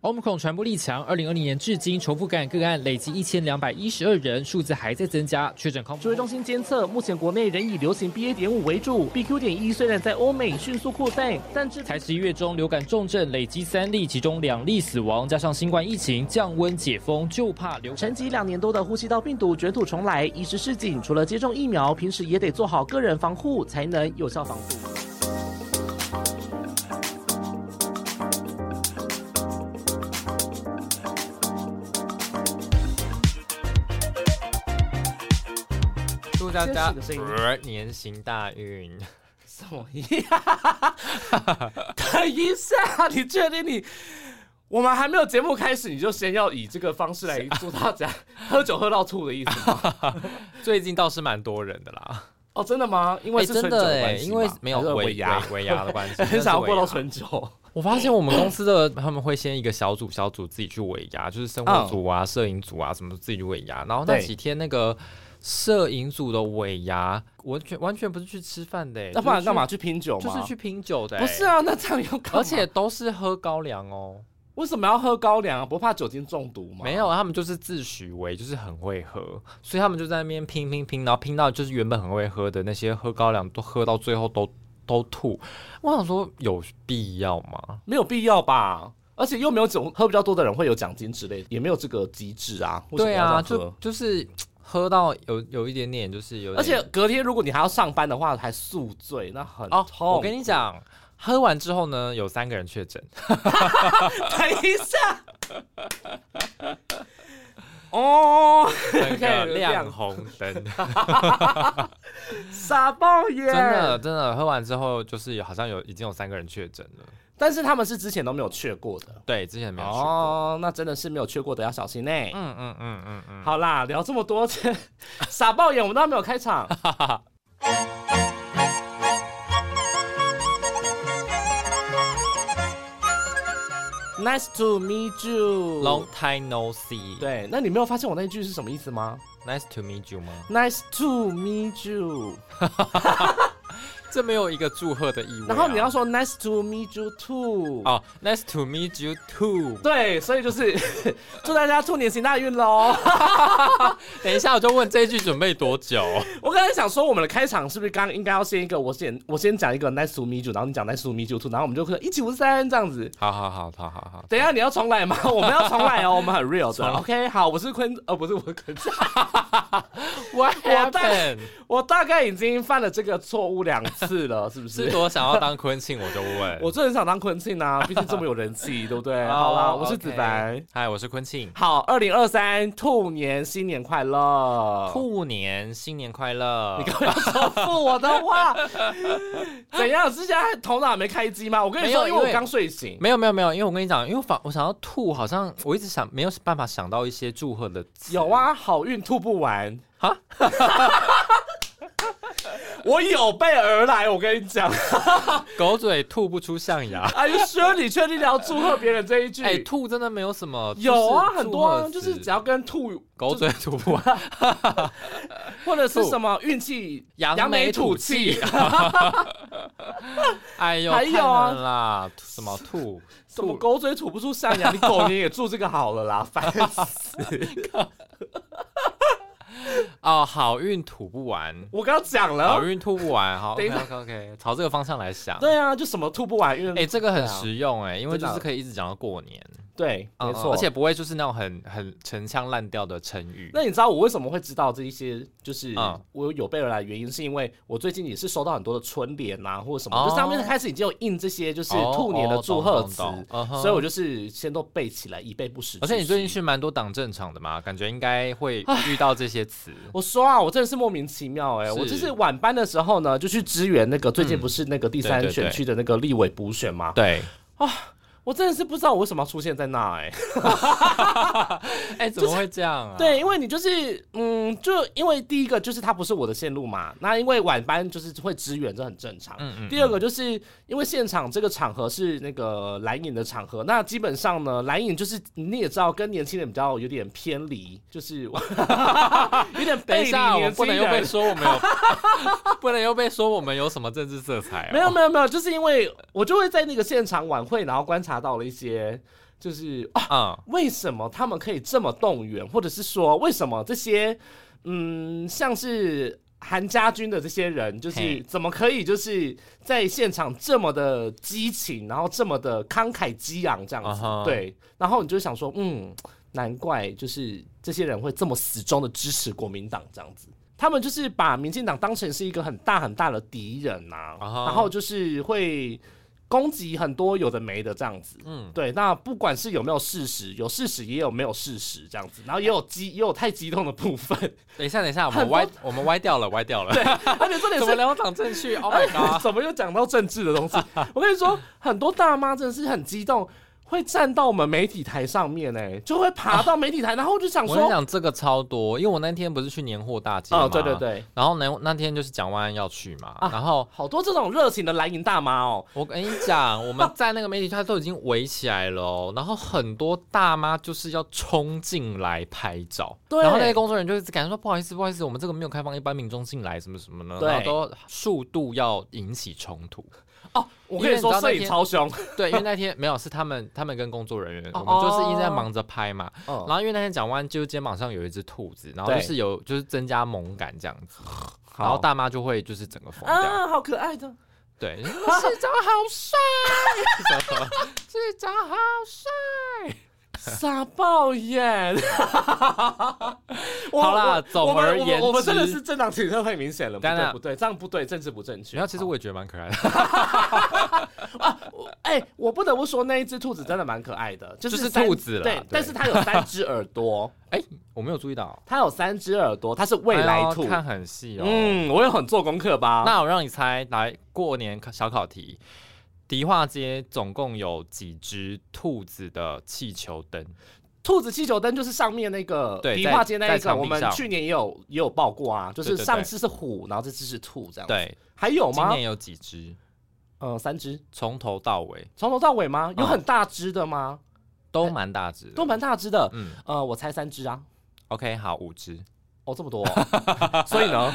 Omicron 传播力强，二零二零年至今重复感染个案累计一千两百一十二人，数字还在增加。确诊康指挥中心监测，目前国内仍以流行 BA. 点五为主，BQ. 点一虽然在欧美迅速扩散，但至才十一月中流感重症累积三例，其中两例死亡，加上新冠疫情降温解封，就怕流沉寂两年多的呼吸道病毒卷土重来，医师示警，除了接种疫苗，平时也得做好个人防护，才能有效防护。祝 大真家是个声音呃年行大运。什么呀？等一下，你确定你？我们还没有节目开始，你就先要以这个方式来祝大家喝酒喝到吐的意思 吗？ 最近倒是蛮多人的 啦，哦，真的吗？因为诶是真纯酒的的哎、关系因为吗没有还是尾尾 牙，尾牙的关 系，很想要过到纯。纯酒。我发现我们公司的他们会先一个小组小组自己去尾牙，就是生活组啊、摄影组啊什么自己去尾牙。然后那嗯对几天那个摄影组的尾牙，完全完全不是去吃饭的、欸，那不然就是去干嘛？去拼酒就吗？是去拼酒的、欸，不是啊？那这样要干嘛而且都是喝高粱哦，为什么要喝高粱啊？不怕酒精中毒吗？没有，啊他们就是自诩为就是很会喝，所以他们就在那边拼拼拼，然后拼到就是原本很会喝的那些喝高粱都喝到最后都都吐。我想说有必要吗？没有必要吧？而且又没有酒，喝比较多的人会有奖金之类的，也没有这个机制啊。为什么对要这啊，样就喝就是喝到有有一点点就是有点，而且隔天如果你还要上班的话，还宿醉，那很哦，痛。我跟你讲，喝完之后呢，有三个人确 诊，等一 下。哦，整个看有亮亮红灯， 傻爆耶！真的，真的喝完之后就是有好像有已经有三个人确诊了，但是他们是之前都没有去过的。对，之前没有去过，哦，那真的是没有去过的要小心呢、嗯嗯嗯嗯嗯，好啦，聊这么 多，傻爆眼，我们都还没有开 场。nice to meet you， ，Long time no see，对，那你没有发现我那一句是什么意思吗，Nice to meet you 吗？ ？Nice to meet you，这没有一个祝贺的意味啊、然后你要说 Nice to meet you too。哦，Nice to meet you too，对，所以就是 祝大家兔年行大运喽！等一下我就问这一句准备多久？ 我刚才想说，我们的开场是不是刚刚应该要先一个，我先我先讲一个 Nice to meet you，然后你讲 Nice to meet you too，然后我们就可以一起五四三这样子。好好好好好好，等一下你要重来吗？ 我们要重来哦，我们 很 real 的。OK，好，我是坤，呃，不是我是坤， What 我带 happened？ 我大概已经犯了这个错误两次了，是不是是？多想要当坤庆，我就问。我真的很想当坤庆啊，毕竟这么有人气，对不 对？哦好啦，我是 OK 子凡。嗨，我是坤庆。好，二零二三兔年新年快乐！兔年新年快乐！你不要重复我的话， 怎样？之前还头脑还没开机吗？我跟你没有说，因为因为我刚睡醒。没有没有没有，因为我跟你讲，因为我反我想要兔，好像我一直想没有办法想到一些祝贺的词。有啊，好运吐不完哈， 我有备而来，我跟你 讲。狗嘴吐不出象 牙。 Are you sure？你确定你要祝贺别人这一句？哎、兔真的没有什么，有啊，就是很多啊，祝贺词就是只要跟兔狗嘴吐不完，或者是兔什么运气扬眉眉吐 气， 哎呦，还有啊太难啦，吐什么兔？什么狗嘴吐不出象牙，你狗年也祝这个好了 啦，烦死！哦，好运吐不完，我刚讲好了，运吐不完，好啊等一，OK 下 OK OK，朝这个方向来想。对啊，就什么吐不完运，哎、这个很实用哎、因为就真的啊是可以一直讲到过年，对，没嗯嗯错，而且。不会就是那种很很陈腔滥调的成语。那你知道我为什么会知道这一些？就是嗯我有备而来，的原因是因为我最近也是收到很多的春联啊，或者什么，哦就上面开始已经有印这些就是哦兔年的祝贺词，懂懂懂嗯哼所以我就是先都备起来，以备不时之而需。且你最近去蛮多党政场的嘛，感觉应该会遇到这些 词。我说啊，我真的是莫名其妙哎、是嗯我就是晚班的时候呢，就去支援那个最近不是那个第对三对对选区的那个立委补选嘛，对，我真的是不知道我为什么要出现在那哎、哎、怎么会这样 啊？，对，因为你就是嗯，就因为第一个就是它不是我的线路嘛，那因为晚班就是会支援，这很正常。嗯嗯第二个就是因为现场这个场合是那个蓝影的场合，那基本上呢，蓝影就是你也知道，跟年轻人比较有点偏离，就是 有点等背一离下，我年不轻能又被人。说我们有， 不能又被说我们有什么政治色彩、啊。没有没有没有，就是因为我就会在那个现场晚会，然后观察到了一些。就是啊，嗯，为什么他们可以这么动员，或者是说为什么这些嗯，像是韩家军的这些人，就是嘿怎么可以就是在现场这么的激情，然后这么的慷慨激昂这样啊子哈对，然后你就想说，嗯，难怪就是这些人会这么死忠的支持国民党这样子。他们就是把民进党当成是一个很大很大的敌人呐、啊哈然后就是会攻击很多有的没的这样子，嗯，对。那不管是有没有事实，有事实也有没有事实这样子，然后也有激也有太激动的部 分，等一下，等一下，我很们多歪，我们歪掉了，歪掉 了。而且重点怎么是。两党正去？Oh my god！怎么又讲到政治的 东西？我跟你说，很多大妈真的是很激动，会站到我们媒体台上面、欸，就会爬到媒体台，然后我就想我跟你说，讲，这个超多，因为我那天不是去年货大街吗？哦，对对。对，然后呢，那天就是蒋万安要去嘛，啊然后好多这种热情的蓝营大妈哦、我跟你讲，我们在那个媒体圈都已经围起来了哦、 然后很多大妈就是要冲进来拍照，对然后那些工作人员就一直感觉说不好意思，不好意思，我们这个没有开放一般民众进来，什么什么呢？对然后都速度要引起冲 突，我跟你因为你知说，道那摄天影超 凶，对，因为那天没有是他们，他们跟工作人员，哦我们就是一直在忙着拍嘛。嗯然后因为那天蒋万安就是肩膀上有一只兔子，然后对就是有就是增加萌感这样子，然后大妈就会就是整个疯掉。啊，好可爱的。对， 市长好帅，市长好帅。傻爆 眼！好啦我总我们而我们言之我们真的是政党倾向太明显了，不当然对不对，这样不对，政治不正确。然后其实我也觉得蛮可爱的， 我哎、我不得不说，那一只兔子真的蛮可爱的，就就是三兔子啦对对，但是它有三只耳朵， 哎，我没有注意到它有三只耳朵，它是未来哎兔呦。看很细哦。嗯，我有很做功课吧？那我让你猜，来过年小考题，迪化街总共有几只兔子的气球灯？兔子气球灯就是上面那个对迪在化街那在一场地个，我们上去年也有也有报过啊，就对是对对上次是虎，然后这次是兔这样。，对，还有今吗年？有几只？呃，三只，从头到尾从头到尾吗？有嗯很大只的吗？都蛮大只的，都蛮大只的。嗯呃，我猜三只啊。 ，OK，好，五只。哦，这么多、哦所以呢，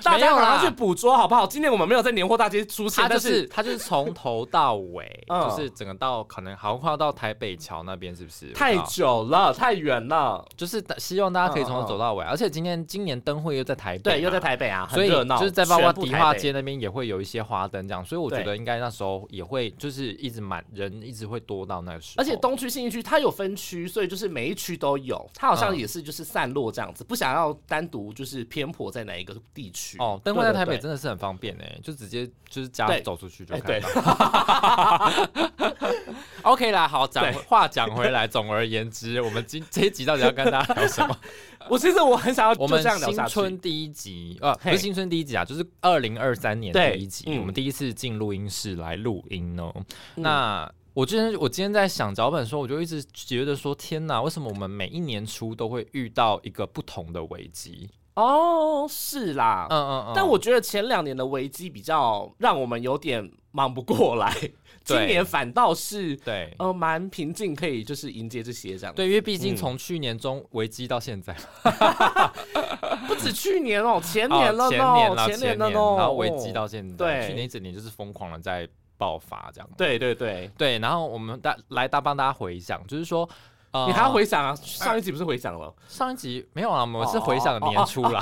大没家有啦马上去捕捉好不好？今年我们没有在年货大街出现，它就但是它就是从头到 尾，嗯就是整个到可能好像快要到台北桥那边，是不是？我不太知道久啊了，太远了。就是希望大家可以从嗯头嗯走到尾，而且今天今年灯会又在台北嘛，对，又在台北啊，所很以热闹，就是在包括全部迪台化北街。那边也会有一些花灯这样，所以我觉对得应该那时候也会就是一直满人，一直会多到那个时候。而且东区、信义区它有分区，所以就是每一区都有。它好像嗯也是就是散落这样子，不想要单独就是偏颇在哪一个地区。哦，灯会在对台北。对对真的是很方便哎，就直接就是家对走出去就哎，看对到。，OK 啦，好，讲对话讲回来，总而言之，我们今这一集到底要跟大家聊什么？我其实我很 想要我就们这样聊新下去。春第一集，呃，不嘿是新春第一集啊，就是二零二三年对第一集，嗯我们第一次进录音室来录音哦。那我今天我今天在想脚本的时候，我就一直觉得说，天哪，为什么我们每一年初都会遇到一个不同的危机？哦，是啦，嗯嗯嗯。但我觉得前两年的危机比较让我们有点忙不过 来，今年反倒是对。呃蛮平静，可以就是迎接这些这样。，对，因为毕竟嗯从去年中危机到现在，不止去年哦，前年了哦咯，前年啦，前前了年，咯，然后危机哦到现在，对去年一整年就是疯狂的在爆发这样。对对对，对，然后我们大来大帮大家回想，就是说，呃，你还要回想啊？上一集不是回想了上一集没有啊，我们是哦回想年初啦，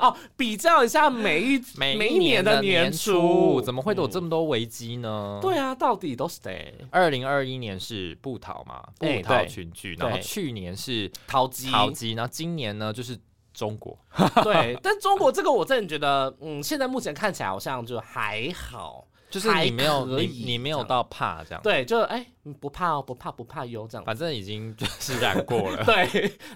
哦？比较一下每 一 每一年的年初怎么会有这么？么多危机呢？。对啊，到底都是谁？二零二一年是布桃嘛，布哎桃对群聚，对然后去年是淘机桃机，然后今年呢就是中国， 对，但中国这个我真的觉得，嗯，现在目前看起来好像就还好，就是你没有还可你以你没有到怕这样，，对，就哎、嗯不怕哦，不怕不怕哟这样。反正已经 就是染过了。对，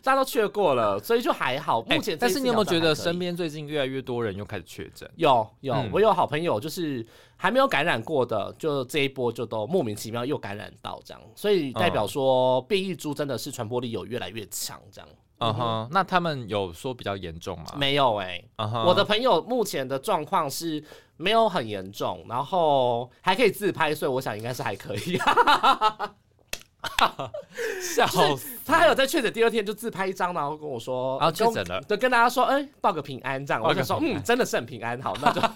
大家都去过了，所以就还好。 目前哎这一次但好像还可以、是你有没有觉得身边最近越来越多人又开始确诊？有有、嗯我有好朋友就是还没有感染过的，就这一波就都莫名其妙又感染到这样，所以代嗯表说变异株真的是传播力有越来越强这样。嗯哼，那他们有说比较严重吗？没有哎、嗯哼，我的朋友目前的状况是没有很严重，然后还可以自拍，所以我想应该是还可以。 笑死，他还有在确诊第二天就自拍一张，然后跟我说，然后哦确跟诊了对，跟大家说，哎、报个平安这样。报我个就说，平安嗯，真的是很平安，好，那就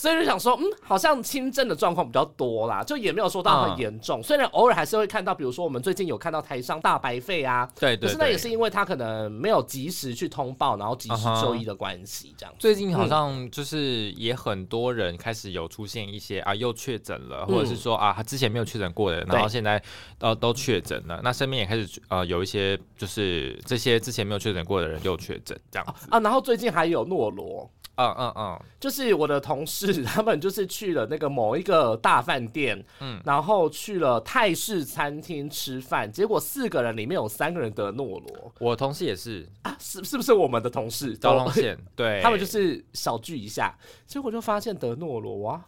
所以就想说，嗯，好像轻症的状况比较多啦，就也没有说到很严啊重。虽然偶尔还是会看到，比如说我们最近有看到台上大白肺啊，对可对是那对，也是因为他可能没有及时去通报，然后及时啊哈就医的关系，这样。最近好像就是也很多人开始有出现一些啊又确诊了，或者嗯是说啊他之前没有确诊过的，然后现在呃都确诊了，那身边也开始呃有一些就是这些之前没有确诊过的人又确诊这样子，啊，然后最近还有诺罗，嗯嗯嗯，就是我的同事， 他们就是去了那个某一个大饭店，嗯，然后去了泰式餐厅吃饭，结果四个人里面有三个人得诺罗我同事也是啊，是是不是我们的同事交通线，对，哦 他们就是小聚一下，结果就发现得诺罗啊，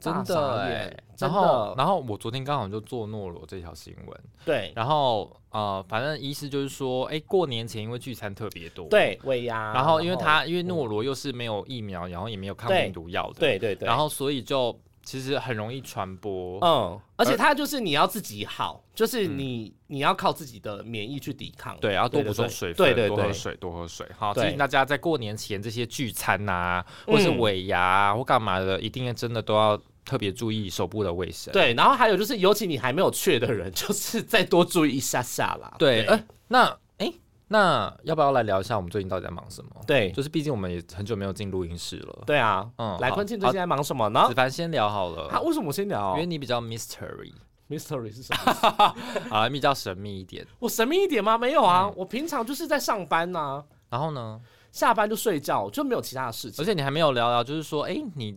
真大的傻哎眼，真然的后然后我昨天刚好就做诺罗这条新闻，对然后呃反正意思就是说，哎过年前因为聚餐特别多，。对啊尾牙，然后，因为他因为诺罗又是没有疫苗，然后也没有抗嗯对病毒药的，对对对，然后所以就其实很容易传播。嗯，而且他就是你要自己好，就是你你要靠自己的免疫去抵抗，嗯对，然后多补对充对水分，对对多喝对，水，多喝水。好，对提醒大家在过年前这些聚餐呐、或者是嗯尾牙、啊或干嘛的，一定真的都要特别注意手部的卫生。对，然后还有就是，尤其你还没有确的人， 就是再多注意一下下啦。对，哎、那哎，那要不要来聊一下我们最近到底在忙什么？对就是毕竟我们也很久没有进录音室了。对啊，嗯来好坤庆最近在忙什么呢子？凡先聊好他了，为什么我先聊因为你比较 mystery mystery 是什么？啊，你比较神秘一点。我神秘一点吗？没有嗯啊，我平常就是在上班呐，然后呢，下班就睡觉，就没有其他的事而情。且你还没有聊聊，就是说，哎，你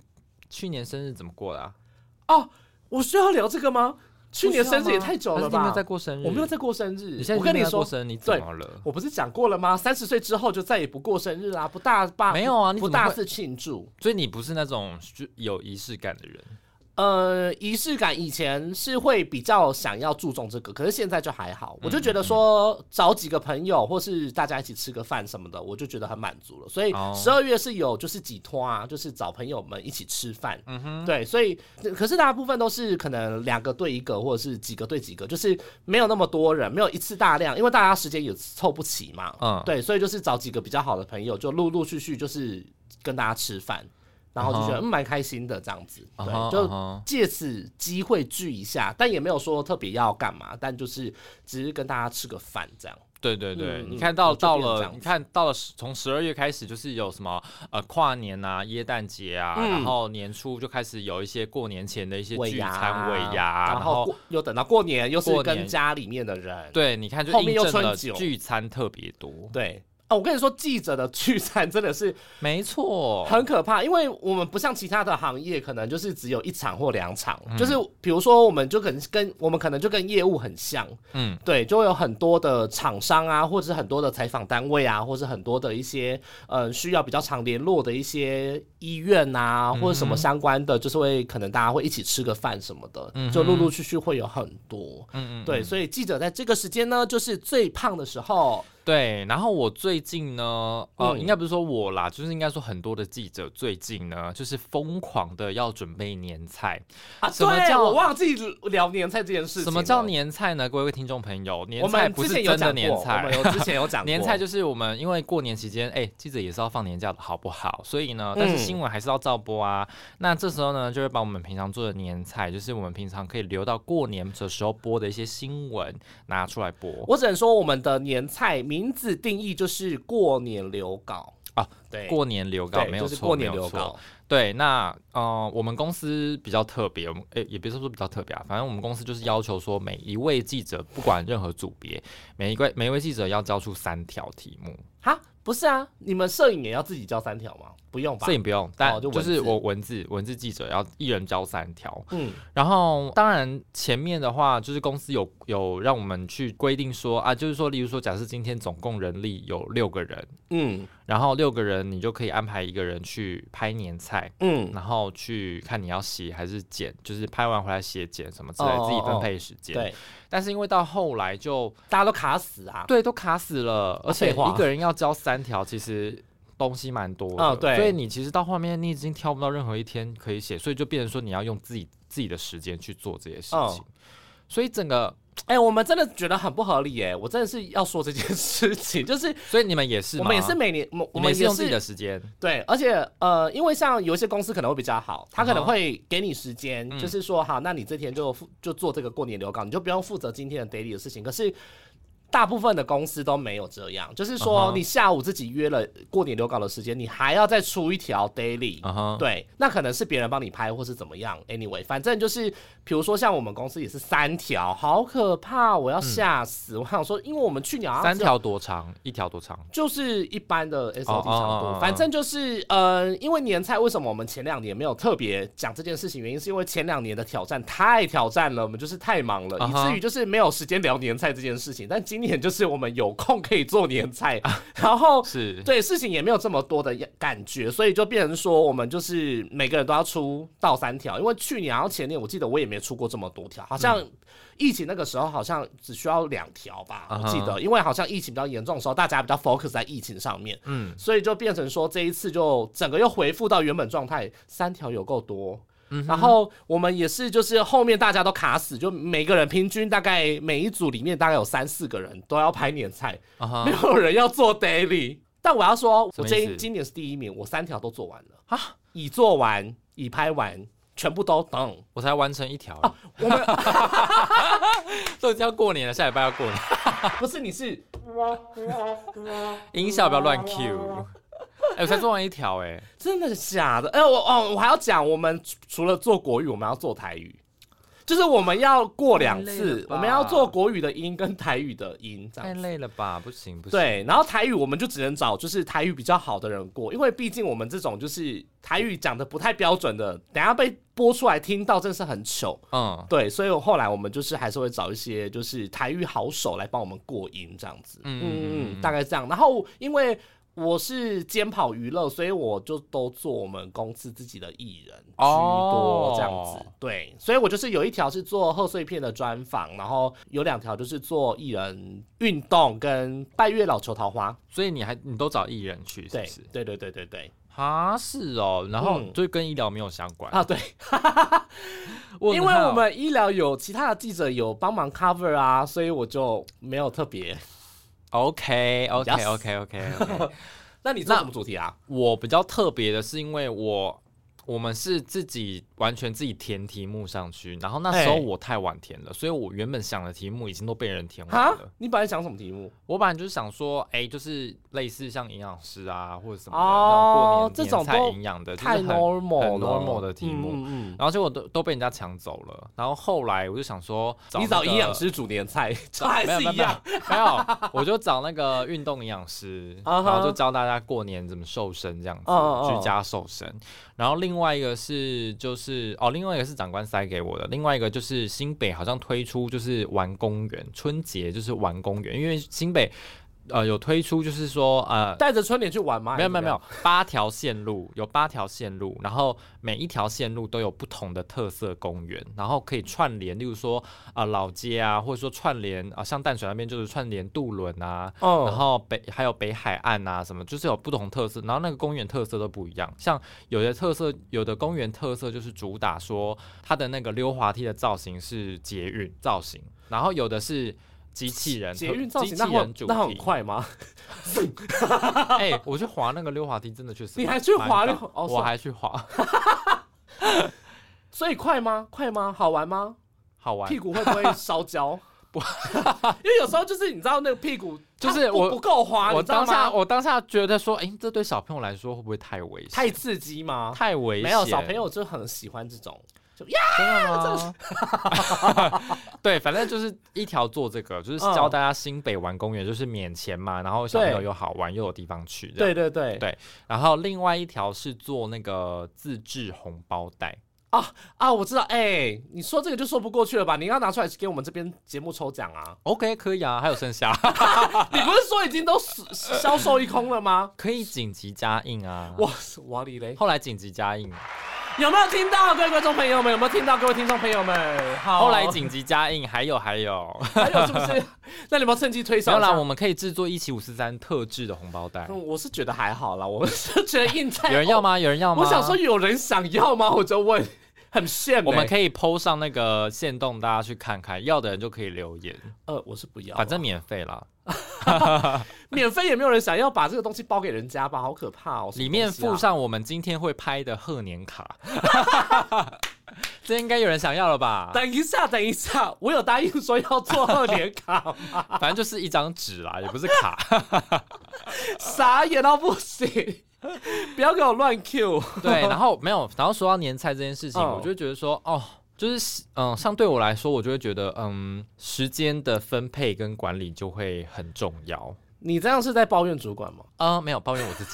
去年生日怎么过的、啊？哦，我需要聊这个吗？去年生日也不需要吗太久还了是啊你没吧有在？过生日，我没有在过生日你现在已经我跟没你有在过说，生日，你对怎么了？我不是讲过了吗？三十岁之后就再也不过生日啦，不大大没有啊你不怎么大会肆庆祝。所以你不是那种就有仪式感的人，呃，仪式感以前是会比较想要注重这个，可是现在就还好。我就觉得嗯说找几个朋友，或是大家一起吃个饭什么的，我就觉得很满足了。所以哦十二月是有就是几托啊，就是找朋友们一起吃饭。嗯哼，对，所以可是大部分都是可能两个对一个，或者是几个对几个，就是没有那么多人，没有一次大量，因为大家时间也凑不齐嘛。嗯对，所以就是找几个比较好的朋友，就陆陆续续就是跟大家吃饭。然后就觉得嗯哼嗯蛮开心的这样子，嗯对哼就嗯哼借此机会聚一下，但也没有说特别要干嘛，但就是只是跟大家吃个饭这样。对对对，嗯你嗯看到我就变到成这了，样你子看到了十，从十二月开始就是有什么呃跨年啊、耶诞节啊，嗯然后年初就开始有一些过年前的一些尾聚牙，啊餐、尾牙，然后过又等到过年，又是过跟年家里面的人。对，你看就后面印又证春了酒聚餐特别多，对啊，我跟你说，记者的聚餐真的是没错，很可怕，因为我们不像其他的行业，可能就是只有一场或两场，嗯就是比如说，我们就可能跟我们可能就跟业务很像，嗯，对，就会有很多的厂商啊，或者是很多的采访单位啊，或者是很多的一些呃需要比较常联络的一些呃医院啊，或者什么相关的，就是会可能大家会一起吃个饭什么的，嗯就陆陆续续会有很多，嗯嗯，对，所以记者在这个时间呢，就是最胖的时候，对，然后我最近呢，呃，嗯应该不是说我啦，就是应该说很多的记者最近呢，就是疯狂的要准备年菜。啊，什么对叫我忘记聊年菜这件事情什了，么叫年菜呢？各位听众朋友，年我菜们不之是前有真讲的过，年我菜们。有之前有讲 过年菜就是我们，因为过年期间，哎、记者也是要放年假的，好不好？所以呢，但是嗯新闻还是要照播啊。那这时候呢，就会把我们平常做的年菜，就是我们平常可以留到过年的时候播的一些新闻拿出来播。我只能说我们的年菜名字定义就是过年留稿啊，对，过年留稿对没有就是错，过年没有留错稿，对，那呃，我们公司比较特别，我们诶、也别说说比较特别啊，反正我们公司就是要求说，每一位记者不管任何组别，每一位每一位记者要交出三条题目，哈，不是啊，你们摄影也要自己交三条吗？不用吧摄？影不用，但哦就就文是字我文字文字记者要一人交三条，嗯，然后当然前面的话就是公司有有让我们去规定说啊，就是说例如说假设今天总共人力有六个人，嗯然后六个人你就可以安排一个人去拍年菜，嗯，然后去看你要洗还是剪，就是拍完回来写剪什么之类，哦自己哦分哦配时间。对，但是因为到后来就大家都卡死啊。对都卡死了，而且废话一个人要交三条，其实东西蛮多的。嗯对所以你其实到后面你已经挑不到任何一天可以写，所以就变成说你要用自己自己的时间去做这些事情。所以整个哎、我们真的觉得很不合理耶！我真的是要说这件事情，就是所以你们也是吗，我们也是每年，我们你我们们也是也用自己的是时间，对，而且呃，因为像有一些公司可能会比较好，他可能会给你时间，嗯就是说好，那你这天就负就做这个过年流稿，你就不用负责今天的 daily 的事情。可是大部分的公司都没有这样，就是啊说哈你下午自己约了过年流稿的时间，你还要再出一条 daily，、啊哈，对，那可能是别人帮你拍，或是怎么样。Anyway，反正就是，比如说像我们公司也是三条，好可怕，我要吓死！我想说，因为我们去年好嗯像三只有条多长？一条多长？就是一般的 S O T 哦哦长哦度哦，反正就是呃，因为年菜为什么我们前两年没有特别讲这件事情，原因是因为前两年的挑战太挑战了，我们就是太忙了，啊以哈至于就是没有时间聊年菜这件事情。但今年就是我们有空可以做年菜， 然后是，对事情也没有这么多的感觉，所以就变成说我们就是每个人都要出到三条，因为去年然后前年我记得我也没出过这么多条，好像嗯疫情那个时候好像只需要两条吧，啊哈我记得，因为好像疫情比较严重的时候，大家比较 focus 在疫情上面，嗯所以就变成说这一次就整个又恢复到原本状态，三条有够多。嗯然后我们也是，就是后面大家都卡死，就每个人平均大概每一组里面大概有三四个人都要拍年菜，啊哈 没，有人要做 daily。但我要说，什我么意思今今年是第一名，我三条都做完了啊，已做完，已拍完，全部都等。我才完成一条，哦我们 都已经要过年了，下礼拜要过年，啊不是你是 音效不要乱 Q。哎，我才做完一条，哎，真的假的？哎、我哦，我还要讲，我们除除了做国语，我们要做台语，就是我们要过两太累次了，吧我们要做国语的音跟台语的音，这太样子。累了吧？不行不行，对，然后台语我们就只能找就是台语比较好的人过，因为毕竟我们这种就是台语讲的不太标准的，等一下被播出来听到真的是很糗。嗯对，所以后来我们就是还是会找一些就是台语好手来帮我们过音这样子，嗯嗯嗯嗯嗯，大概这样。然后因为我是兼跑娱乐，所以我就都做我们公司自己的艺人居哦多这样子。对，所以我就是有一条是做贺岁片的专访，然后有两条就是做艺人运动跟拜月老求桃花。所以你还你都找艺人去，是不对是？对对对对对啊，是哦，然后嗯就跟医疗没有相关啊，对，问因为号我们医疗有其他的记者有帮忙 cover 啊，所以我就没有特别。 OK OK Yes OK OK，那你做什么主题啊？ 我比较特别的是，因为我我们是自己完全自己填题目上去，然后那时候哎我太晚填了，所以我原本想的题目已经都被人填完啊了。？你本来想什么题目？我本来就是想说，哎、就是类似像营养师啊，或者什么的、哦那这种过年种年菜都营养的，就是太很 normal 很了 normal 的题目。嗯嗯然后结果都都被人家抢走了，然后后来我就想说，嗯，你那找个哦营养师煮年菜， 这还没有是没有一样。没有没有，我就找那个运动营养 师，啊然哈后就教大家过年怎么瘦身这样嗯嗯子，嗯居家瘦身。然后另外一个是就是哦，另外一个是长官塞给我的，另外一个就是新北好像推出就是玩公园，春节就是玩公园，因为新北呃有推出就是说呃。带着春联去玩吗？没有没有没还有，八条线路有八条线路，然后每一条线路都有不同的特色公园，然后可以串联，例如说啊、呃老街啊，或者说串联啊、像淡水那边就是串联渡轮啊，是怎么样，嗯然后北还有北海岸啊什么，就是有不同特色，然后那个公园特色都不一样。像有的特色，有的公园特色就是主打说它的那个溜滑梯的造型是捷运造型，然后有的是。机器人，嗯，捷运造机型那器人很主题，那很 快吗？哎、我去滑那个溜滑梯，真的确实蛮。你还去滑溜蛮高哦我是还去滑，所以快吗？快吗？好玩吗？好玩屁。股会不会 烧焦？不， 因为有时候就是你知道那个屁股就是它不我不够滑，我你知道当吗下，？我当下觉得说，哎、这对小朋友来说会不会太危险？太刺激吗？太危险？没有，小朋友啊就很喜欢这种，就呀，真的吗？ 对，反正就是一条做这个，就是教大家新北玩公园，就是免钱嘛，然后小朋友嗯对又好玩，又有地方去。对。对对对然后另外一条是做那个自制红包袋，啊，我知道，哎，你说这个就说不过去了吧？你要拿出来给我们这边节目抽奖啊！ OK 可以啊，还有剩下 你不是说已经都死销售一空了吗？可以紧急加印啊。 哇，瓦里嘞！后来紧急加印，有没有听到各位观众朋友们？有没有听到各位听众朋友们？好，后来紧急加印，还有还 有，还有是不是？那你们趁机推当销一然下我。们可以制作一七五四三特制的红包袋，嗯，我是觉哎得还好啦，我是觉得印在 有人要吗？有人要吗？我想说有人想要吗？我就问，很羡慕。我欸们可以 PO 上那个线动，大家去看看，要的人就可以留言，呃，我是不要啊，反正免费啦。免费也没有人想要把这个东西包给人家吧，好可怕哦！什么里面东西啊附上我们今天会拍的贺年 卡， 这应该有人想要了吧？等一下，等一下，我有答应说要做贺年 卡吗？反正就是一张纸啦，也不是卡。傻眼到不行，不要给我乱 Q。 对，然后没有，然后说到年菜这件事情，嗯我就会觉得说，哦，就是嗯，像对我来说，我就会觉得，嗯，时间的分配跟管理就会很重要。你这样是在抱怨主管吗？啊，没有抱怨我自 己，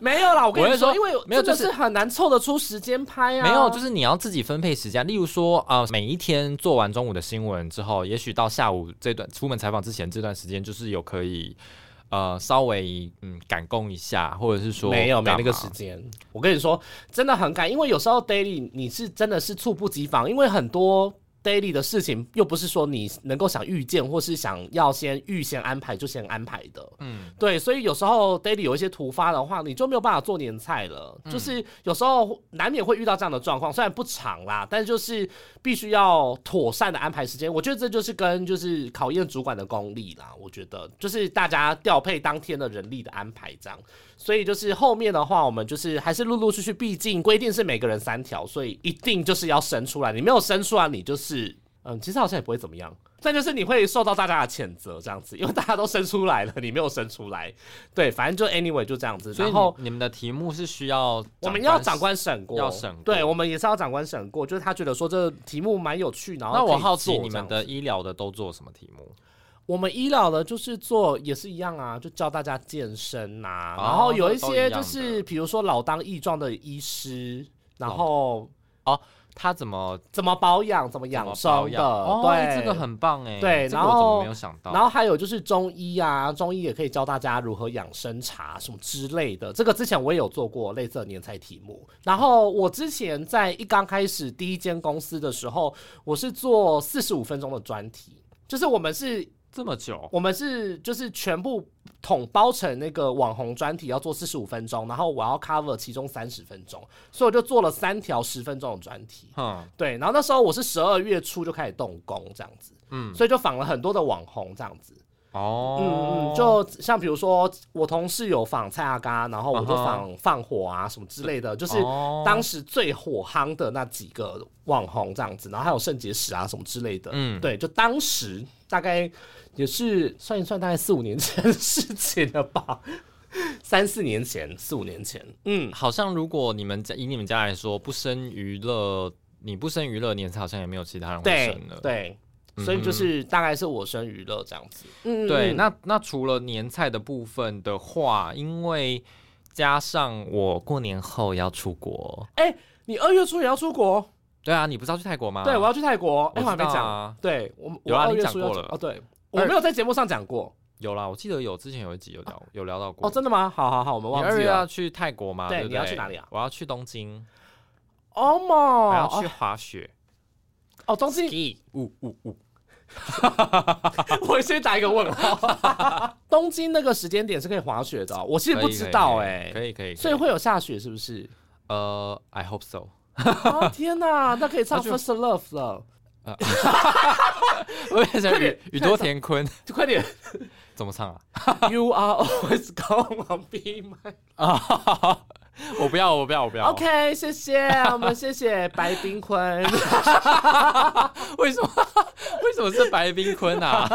没有啦，我跟我你是说，说因为没有真的就是是很难凑得出时间拍啊。没有，就是是你要自己分配时间。例如说，啊、每一天做完中午的新闻之后，也许到下午这段出门采访之前这段时间，就是有可以。呃，稍微嗯赶工一下，或者是说没有没干那个嘛时间。我跟你说，真的很赶，因为有时候 daily 你是真的是猝不及防，因为很多 daily 的事情又不是说你能够想预见或是想要先预先安排就先安排的。嗯，对，所以有时候 daily 有一些突发的话，你就没有办法做年菜了。嗯就是有时候难免会遇到这样的状况，虽然不长啦，但就是必须要妥善的安排时间。我觉得这就是跟就是考验主管的功力啦。我觉得就是大家调配当天的人力的安排这样。所以就是后面的话，我们就是还是陆陆续续，毕竟规定是每个人三条，所以一定就是要生出来。你没有生出来，你就是嗯，其实好像也不会怎么样。但就是你会受到大家的谴责，这样子，因为大家都生出来了，你没有生出来，对，反正就 anyway 就这样子。所以然你后你们的题目是需要我们要长官审过，要审过对，我们也是要长官审过，就是他觉得说这题目蛮有趣，然后那我可以好奇做你这样们子的医疗的都做什么题目？我们医疗的就是做也是一样啊，就教大家健身呐、哦然后有一些都就都一样是比如说老当益壮的医师，然后他怎么怎么保养、怎么怎么养保生的，养？哦，对，这个。很棒哎。对这个然我怎么后没有想到？然后还有就是中医啊，中医也可以教大家如何养生茶什么之类的。这个之前我也有做过类似的年菜题目。然后我之前在一刚开始第一间公司的时候，我是做四十五分钟的专题，就是我们是这么久，我们是就是全部统包成那个网红专题，要做四十五分钟，然后我要 cover 其中三十分钟，所以我就做了三条十分钟的专题。哼，对，然后那时候我是十二月初就开始动工这样子，嗯，所以就访了很多的网红这样子，嗯哦嗯，，就像比如说我同事有访蔡阿嘎，然后我就嗯哼访放火啊什么之类的，就是哦当时最火夯的那几个网红这样子，然后还有肾结石啊什么之类的，嗯对，就当时大概也是算一算，大概四五年前的事情了吧，三四年前，四五年前，嗯，好像如果你们家以你们家来说，不生娱乐，你不生娱乐，年菜好像也没有其他人会对生了。嗯对，所以就是大概是我生娱乐这样子，嗯，对，嗯那那除了年菜的部分的话，因为加上我过年后要出国，哎、你二月初也要出国？对啊，你不是要去泰国吗？对，我要去泰国，我哎、我还没知道讲，啊对我我有啊二你月讲初要过去了哦，对。我二没有在节目上讲过有啦，我记得有之前有一集有聊有聊到过哦，真的吗？好好好，我们你忘二记月要了。去泰国吗？对对不你要去哪里啊我要去东京，哦我嘛，要去滑雪。哦，东京呜呜呜！ 我先打一个问号。 东京那个时间点是可以滑雪的哦、我其实可以不知道可以哎、可以可以，所以会有下雪是不 是？呃，I hope so。 哦天哪，那可以唱 First Love 了，我也想宇宇多田坤 就快点怎么唱啊？ ，You are always gone on be my。啊， 我不要，我不要，我不要。 OK，谢谢，我们谢谢白 冰坤，为什么 为什么是白冰坤啊？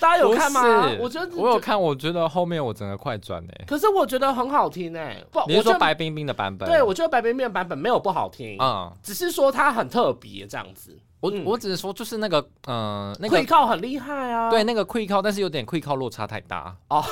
大家 有不看吗是？我觉得我有，看，我觉得后面我整个快转哎。可是我觉得很好听哎、不，你是我觉说得白冰冰的版本？对，我觉得白冰冰的版本没有不好听，嗯，只是说它很特别这样子。我嗯我只是说就是那个嗯那会个靠很厉害啊，对那个 quick call，但是有点 quick call 落差太大。哦，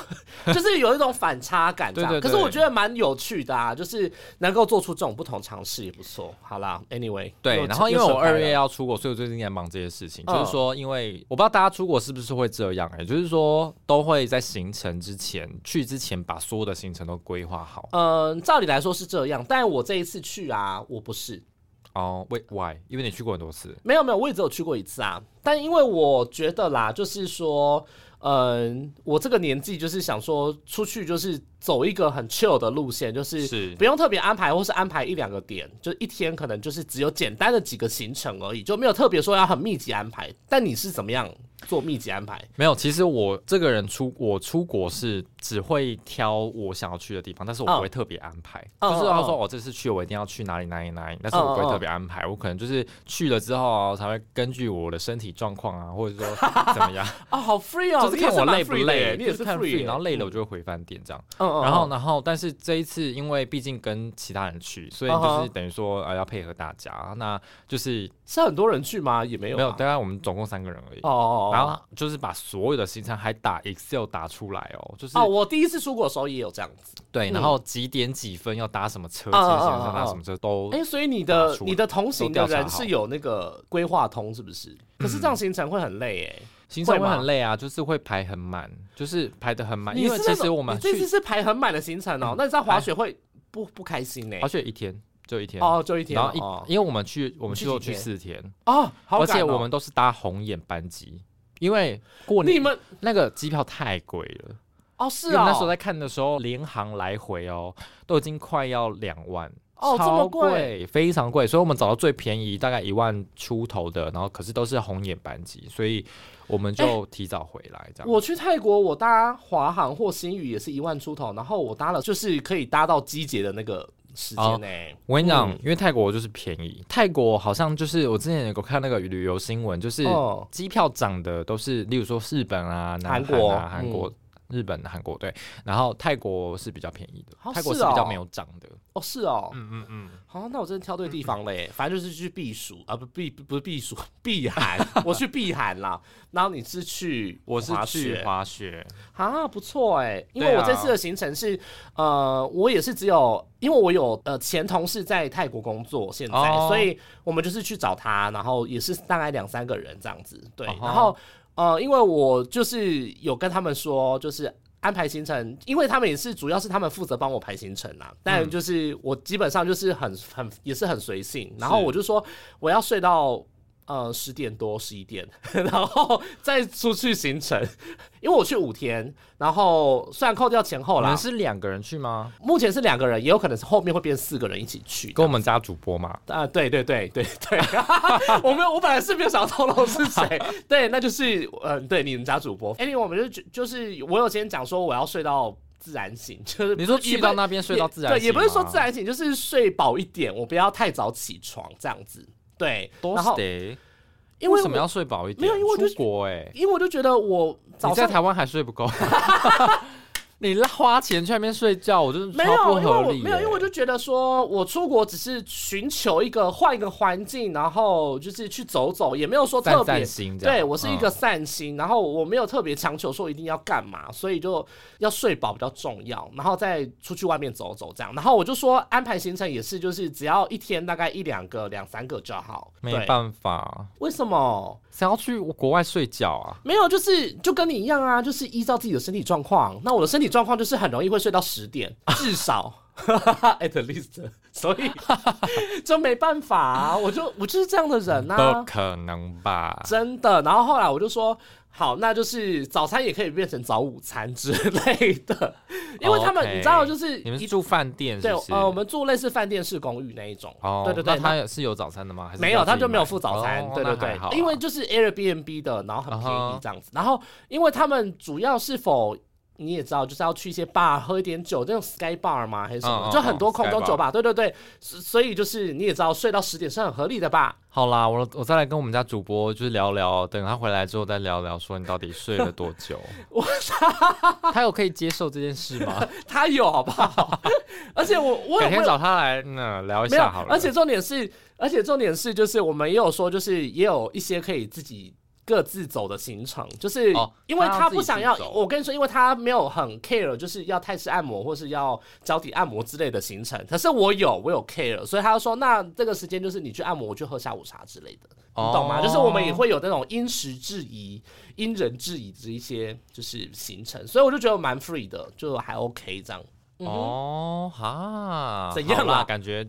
就是有一种反差感，这样。对对对可是我觉得蛮有趣的啊，就是能够做出这种不同尝试也不错。好啦，anyway，对又，然后因为我二月，又扯要出国，所以我最近在忙这些事情。嗯就是说，因为我不知道大家出国是不是会这样、欸，也就是说都会在行程之前去之前把所有的行程都规划好。开了嗯，照理来说是这样，但我这一次去啊，我不是，哦、为 w h y 因为你去过很多次没有没有，我也只有去过一次啊。但因为我觉得啦，就是说，嗯，我这个年纪就是想说出去就是走一个很 chill 的路线，就是是不用特别安排，或是安排一两个点，就一天可能就是只有简单的几个行程而已，就没有特别说要很密集安排。但你是怎么样做密集安排？没有，其实我这个人出我出国是只会挑我想要去的地方，但是我嗯不会特别安排。嗯就是嗯他嗯说我、哦、这次去我一定要去哪里哪里哪里，但是我不嗯嗯会特别安排。我可能就是去了之后啊才会根据我的身体状况啊，或者说怎么样，啊，好 free 哦，就是看我累不累，你也是就是看 free，然后累了我就会回饭店这样。嗯嗯，然后，然后，但是这一次因为毕竟跟其他人去，所以嗯就是哼等于说呃要配合大家，那就是是很多人去吗？也没有没有，吧大概我们总共三个人而已。哦哦，然后就是把所有的行程还打 Excel 打出来哦，就是哦，我第一次出国的时候也有这样子。对，嗯然后几点几分要搭什么车，啊几啊点啊几啊分搭什么车都哎、所以你打的出来你的同行的都调人查好嗯是有那个规划通，是不是？可是这样行程会很累哎、行程会会吗很累啊，就是会排很满，就是排的很满，你啊因为是其那实种我们你这次去嗯哎是排很满的行程哦、那你知道滑雪会不不开心呢、滑雪啊一天就一天，哦，就一天然哦，后哦一因为我们去我们去去都几去天四天，哦，好而赶且哦我们都是搭红眼班机，因为过你年们那个机票太贵了，哦因是为哦，我那时候在看的时候，联航来回哦都已经快要两万。哦这么超贵贵，非常贵，所以我们找到最便宜，大概一万出头的，然后可是都是红眼班机，所以我们哎就提早回来这样。我去泰国，我搭华航或新宇也是一万出头，然后我搭了就是可以搭到机节的那个时哦间呢、我跟你讲，嗯因为泰国就是便宜，泰国好像就是我之前有看那个旅游新闻，就是哦机票涨的都是，例如说日本啊、南韩国嗯啊、韩国、日本、韩国对，然后泰国是比较便宜的，哦泰国是是哦比较没有涨的。哦是哦，嗯嗯嗯，好、那我真的挑对地方了耶！反正就是去避暑啊，不避不是避暑，避 寒。我去避寒啦。然后你是去我是滑雪，去滑雪，啊，不错哎，因为对我啊这次的行程是，呃，我也是只有，因为我有呃前同事在泰国工作，现在，哦所以我们就是去找他，然后也是大概两三个人这样子，对，哦吼然后呃，因为我就是有跟他们说，就是。安排行程，因为他们也是主要是他们负责帮我排行程啦、嗯但就是我基本上就是很很也是很随性，然后是我就说我要睡到呃十点多十一点， 然后再出去行程，因为我去五天，然后虽然扣掉前后我啦们，是两个人去吗？目前是两个人，也有可能是后面会变四个人一起去。跟我们家主播嘛，啊，对对对对对， 我没有，我本来是没有想要透露是谁， 对，那就是嗯，对，你们家主播。anyway，我们就就就是我有先讲说我要睡到自然醒，就是你说也去不到那边睡到自然也醒吗，对，也不是说自然醒，就是睡饱一点，我不要太早起床这样子。对，多然后得，因为什么我要睡饱一点？没有因为我就出国哎、因为我就觉得我早你在上台湾还睡不够， 你花钱去那边睡觉，我就是没超不有，因为我合理、没有，因为我就觉得说，我出国只是寻求一个换一个环境，然后就是去走走，也没有说特散别散心这样对我是一个嗯散心，然后我没有特别强求说一定要干嘛，所以就要睡饱比较重要，然后再出去外面走走这样。然后我就说安排行程也是，就是只要一天大概一两个、两三个就好。没法，办法，啊为什么？想要去国外睡觉啊。没有，就是就跟你一样啊，就是依照自己的身体状况。那我的身体状况就是很容易会睡到 十点，至少 at least，所以就没办法、啊，我就我就是这样的人不啊，可能吧？真的。然后后来我就说，好，那就是早餐也可以变成早午餐之类 的，因为他们 OK 你知道，就是你们是一住饭店对是不是？呃，我们住类似饭店式公寓那一种，哦，对对对，那他是有早餐的吗？还是没有，要自己他就没有买付早餐，哦对对那还对好，啊因为就是 Airbnb 的，然后很便啊宜哈这样子。然后因为他们主要是否你也知道，就是要去一些 bar 喝一点酒，那种 sky bar 嘛还是什么，嗯嗯就很多空中 sky 酒吧，对对对，所所以就是你也知道，睡到十点是很合理的吧？ 好啦，我我再来跟我们家主播就是聊聊，等他回来之后再聊聊，说你到底睡了多 久？他有可以接受这件事吗？他有好不好？ 而且我 我改有天问找他来嗯聊一没有下好，了。而且重点是，而且重点是，就是我们也有说，就是也有一些可以自己。各自走的行程，就是哦因为他要他自不己想自要，走我跟你说，因为他没有很 care，就是要泰式按摩或是要脚底按摩之类的行程。可是我有，我有 care，所以他就说，那这个时间就是你去按摩，我去喝下午茶之类的，哦你懂吗？就是我们也会有那种因时制宜、因人制宜的一些就是行程，所以我就觉得蛮 free 的，就还 OK 这样。哦哈，怎样好啦啊啦？感觉，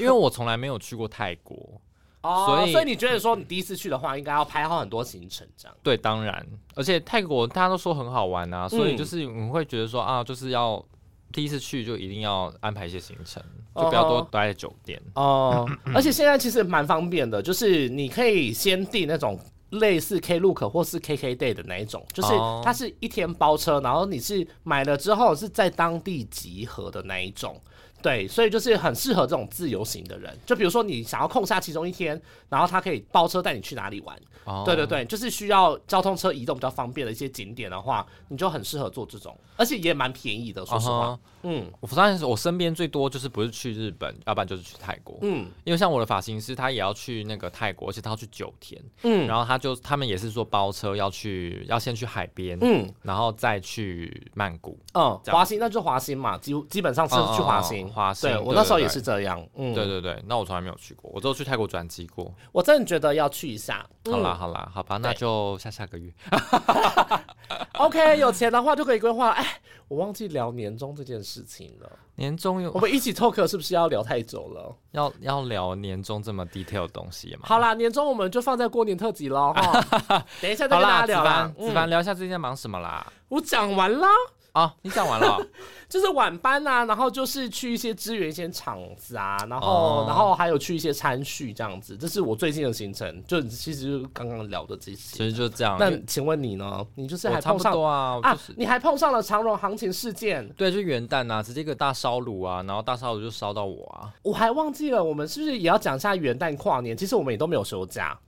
因为我从来没有去过泰国， 哦，所以所以你觉得说你第一次去的话，应该要排好很多行程这样？对，当然，而且泰国大家都说很好玩嗯啊，所以就是你会觉得说啊，就是要第一次去就一定要安排一些行程，就不要多哦待在酒店。哦、而且现在其实蛮方便的，就是你可以先订那种类似 Klook 或是 KKday 的那一种，就是哦它是一天包车，然后你是买了之后是在当地集合的那一种。对，所以就是很适合这种自由行的人。就比如说你想要空下其中一天，然后他可以包车带你去哪里玩。哦对对对，就是需要交通车移动比较方便的一些景点的话，你就很适合做这种，而且也蛮便宜的。说实话啊哈嗯我发现我身边最多就是不是去日本，要不然就是去泰国。嗯因为像我的发型师，他也要去那个泰国，而且他要去九天，嗯然后他就他们也是说包车要去，要先去海边，嗯然后再去曼谷。嗯，这样华兴那就是华兴嘛，基基本上是哦哦去华兴。哦华兴对对我那时候对也对是这样。嗯，对对对，那我从来没有去过，我只有去泰国转机过。我真的觉得要去一下。好啦嗯好啦，好吧，那对就下下个月。 ，OK，有钱的话就可以规划。哎，我忘记聊年终这件事情了。年终我有们一起 talk 是不是要聊太久 了？要要聊年终这么 detail 的东西吗？好啦，年终我们就放在过年特辑喽哈。 等一下再好啦，嗯跟大家子聊啦嗯凡，。子凡聊一下最近在忙什么啦？我讲完啦。啊，你讲完了 哦就是晚班啊，然后就是去一些支援一些场子啊，然后、哦然后还有去一些餐叙这样子，这是我最近的行程，就其实就是刚刚聊的这其些。实就这样。那请问你呢？你就是我还差碰不上多啊，我啊就是，你还碰上了长荣行情事件，对，就元旦啊，直接一个大烧炉啊，然后大烧炉就烧到我啊。我还忘记了，我们是不是也要讲一下元旦跨年？其实我们也都没有休假，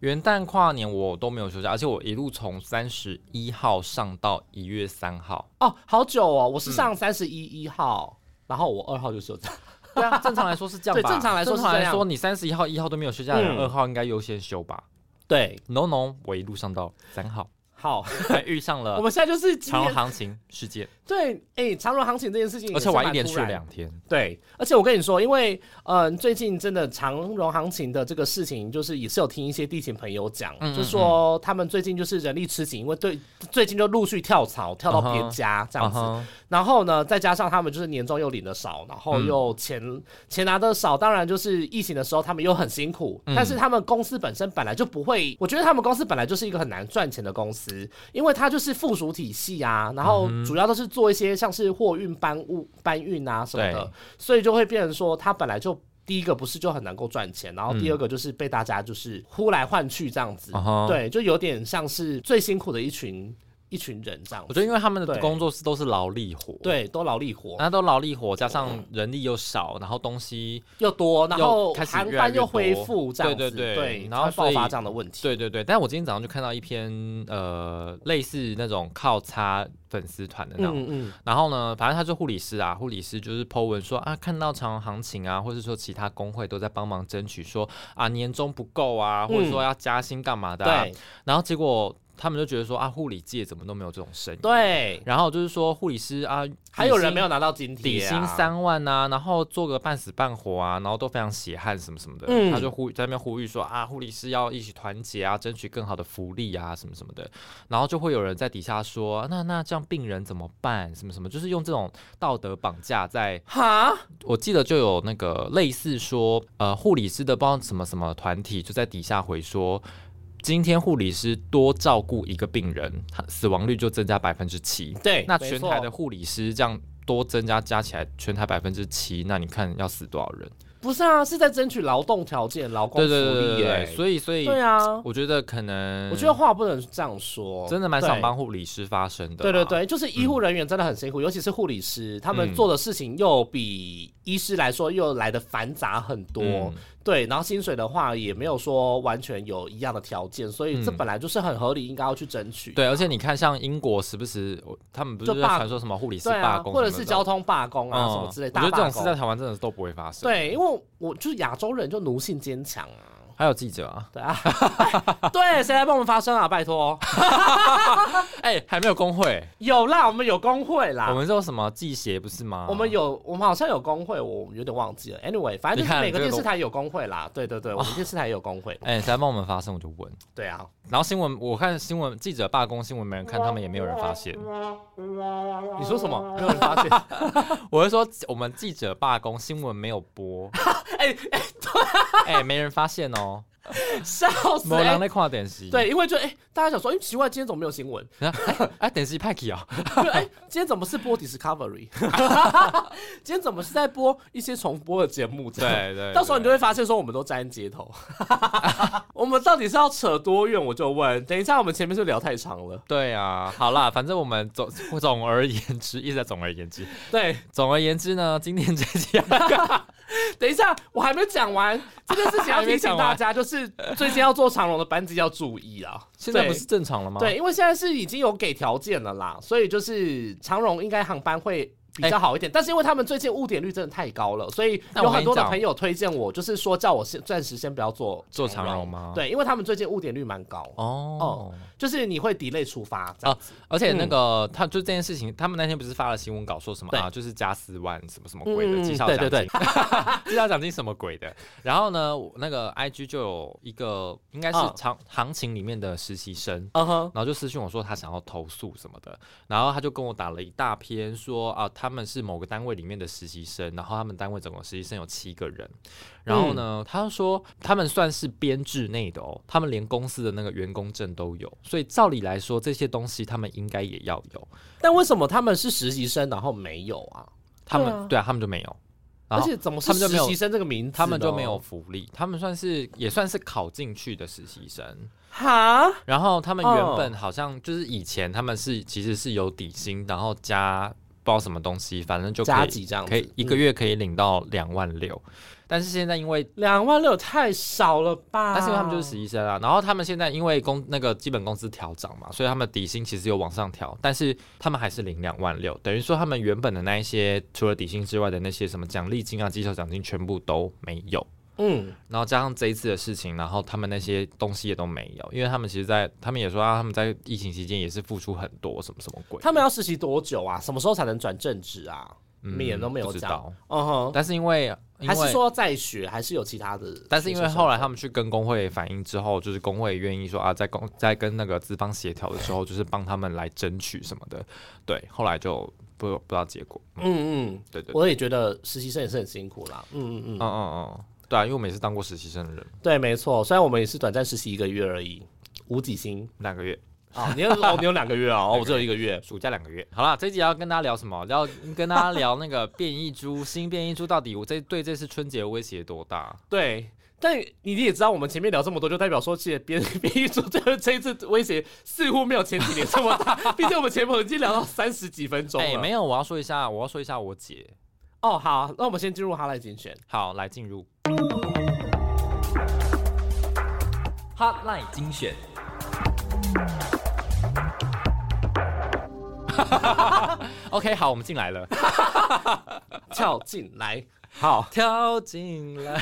元旦跨年我都没有休假，而且我一路从三十一号上到一月三号。哦，好久哦，我是嗯上三十一一号，然后我二号就休假，对啊，正常来说是这样吧？对正常来说是正这样常来说你三十一号、一号都没有休假的人，嗯二、号应该优先休吧对， ？No No，我一路上到三 号，好，还遇上了我们现在就是今长荣天行情事件，对，哎、长荣行情这件事情，而且我还一连去去了两天。对，而且我跟你说，因为嗯、呃最近真的长荣行情的这个事情，就是也是有听一些地勤朋友讲，嗯嗯就说他们最近就是人力吃紧，因为对最近就陆续跳槽跳到嗯别哼家这样子啊哈然后呢，再加上他们就是年终又领的少，然后嗯又钱、钱拿的少，当然就是疫情的时候他们又很辛苦，嗯但是他们公司本身本来就不会，我觉得他们公司本来就是一个很难赚钱的公司，因为它就是附属体系啊，然后嗯主要都是做一些像是货运搬物搬运啊什么对的，所以就会变成说它本来就。第一个不是就很能够赚钱，然后第二个就是被大家就是呼来唤去这样子，嗯啊哈对，就有点像是最辛苦的一群一群人这样我子。觉得因为他们的对工作室都是劳力活，，对，都劳力活。那都劳力活加上人力又少，然后东西，又多，然后又开始航越来班越又恢多复这样子，对对对然才后会爆所以发这样的问题。对对对。但我今天早上就看到一篇呃类似那种靠擦粉丝团的那种。嗯嗯，然后呢，反正他是护理师啊，护理师就是 Po 文说啊，看到长荣行情啊，或者说其他工会都在帮忙争取说啊年终不够啊，或者说要加薪干嘛的、啊嗯对然后结果他们就觉得说啊，护理界怎么都没有这种声音。对，然后就是说护理师啊，还有底人薪没有拿到津底贴、啊，薪，三万啊，然后做个半死半活啊，然后都非常血汗什么什么的，嗯他就呼在那边呼吁说啊，护理师要一起团结啊，争取更好的福利啊，什么什么的，然后就会有人在底下说，那那这样病人怎么办？什么什么，就是用这种道德绑架在，哈，我记得就有那个类似说，呃，护理师的不知道什么什么团体就在底下回说。今天护理师多照顾一个病人，他死亡率就增加百分之七。对，那没全错台的护理师这样多增加加起来，全台百分之七，那你看要死多少人？不是啊，是在争取劳动条件、劳对工福对对对利对耶、对，所以所以，对啊，我觉得可能，我觉得话不能这样说，真的蛮想对帮护理师发声的。对对，对，就是医护人员真的很辛苦，尤其是护理师，他们嗯做的事情又比医师来说又来的繁杂很多。嗯对，然后薪水的话也没有说完全有一样的条件，所以这嗯本来就是很合理，应该要去争取。对，而且你看，像英国时不时我他们不是就在罢传说什么护理师对罢啊，工，或者是交。通罢工啊、嗯什么之类，我觉大得这罢种事在嗯工。台湾真的是都不会发生。，对，因为我就是亚洲人，就奴性坚强啊。还有记者啊，对啊， 对，谁来帮我们发声啊？拜托，哎，还没有工会，有啦，我们有工会啦，我们啊叫什么记协不是吗？啊我们有，我们好像有工会，我有点忘记了。Anyway，反正你就看是每个这个电视都台有工会啦。对对对，我们电视台也有工会。哎，谁来帮我们发声我就问。对啊，然后新闻我看新闻记者罢工新闻没人看，他们也没有人发现。嗯哦你说什么？没有人发 现？我是说， 我们记者罢工，新闻没有播，哎哎，哎、没人发现哦。笑死、某人欸！在看电视，，对，因为就哎、大家想说，哎、奇怪，今天怎么没有新闻？啊，电视派 去啊，就哎、今天怎么是 播 Discovery？今天怎么是在播一些重播的节目？这样对对，到时候你就对会发现说我们都沾街 头， 我们到底是要扯多远？我就问，等一下我们前面是不是聊太长了，对啊，好啦，反正我们总总而言之，一直在总而言之，对，总而言之呢，今天这期啊要等一下我还没讲完这件事情，要还没提讲完醒 大家，就是最近要做长龙的班机要注意啊，现在对不是正常了吗？对，因为现在是已经有给条件了啦，所以就是长荣应该航班会。比较好一点，但是因为他们最近误点率真的太高了，所以但有哎我跟很你多的讲朋友推荐我，就是说叫我先暂时先不要做做长长荣荣吗对，因为他们最近误点率蛮高，哦哦。就是你会 delay 出发这样啊，而且那个、他就这件事情，他们那天不是发了新闻稿说什么嗯对啊，就是加四万什么什么鬼的嗯绩效奖对金，对 对绩效奖金什么鬼的。然后呢，我那个 IG 就有一个应该是嗯长、行情里面的实习生，嗯哼，然后就私信我说他想要投诉什么的，然后他就跟我打了一大篇说啊，他们是某个单位里面的实习生，然后他们单位总共实习生有七个人，然后嗯呢，他就说他们算是编制内的哦，他们连公司的那个员工证都有，所以照理来说这些东西他们应该也要有，但为什么他们是实习生，然后没有啊？他们对啊对啊，他们就没有，然而后且怎么是他们就没实有习生这个名字呢？他们就没哦有福利，他们算是也算是考进去的实习生，哈，然后他们原哦本好像就是以前他们是其实是有底薪，然后加不知道什么东西，反正就可加以几这样子可以一个月可以领到两万六、但是现在因为两万六太少了吧？但是因为他们就是实习生啊，然后他们现在因为工那个基本工资调涨嘛，所以他们底薪其实有往上调，但是他们还是领两万六，等于说他们原本的那一些除了底薪之外的那些什么奖励金啊、绩效奖金全部都没有。嗯，然后加上这一次的事情，然后他们那些东西也都没有，因为他们其实在，他们也说啊，他们在疫情期间也是付出很多什么什么鬼，他们要实习多久啊？什么时候才能转正职啊？嗯你们也都没有不知讲道。嗯哼，但是因为因还为是说在学，还是有其他的？但是因为后来他们去跟工会反映之后，就是工会愿意说啊，在工在跟那个资方协调的时候，就是帮他们来争取什么的，对，后来就不不知道结果，嗯嗯，对对对，我也觉得实习生也是很辛苦啦。嗯嗯嗯，嗯嗯嗯，对啊，因为我们也是当过实习生的人，对，没错。虽然我们也是短暂实习一个月而已，无几薪两个月，啊。你有哦，你有两个月啊？哦，我只有一个月。暑假两个月。好啦，这一集要跟大家聊什么？要跟大家聊那个变异株，新变异株到底我这对这次春节的威胁多大？对，但你也知道，我们前面聊这么多，就代表说，其实 编编译组这这一次威胁似乎没有前几年这么大。 毕竟我们前面已经聊到三十几分钟了。哎、没有，我要说一下，我要说一下我姐。哦，好，那我们先进入哈赖精 选。好，来进入。哈赖精选， OK，好，我们进来了，跳进来。好，跳进来。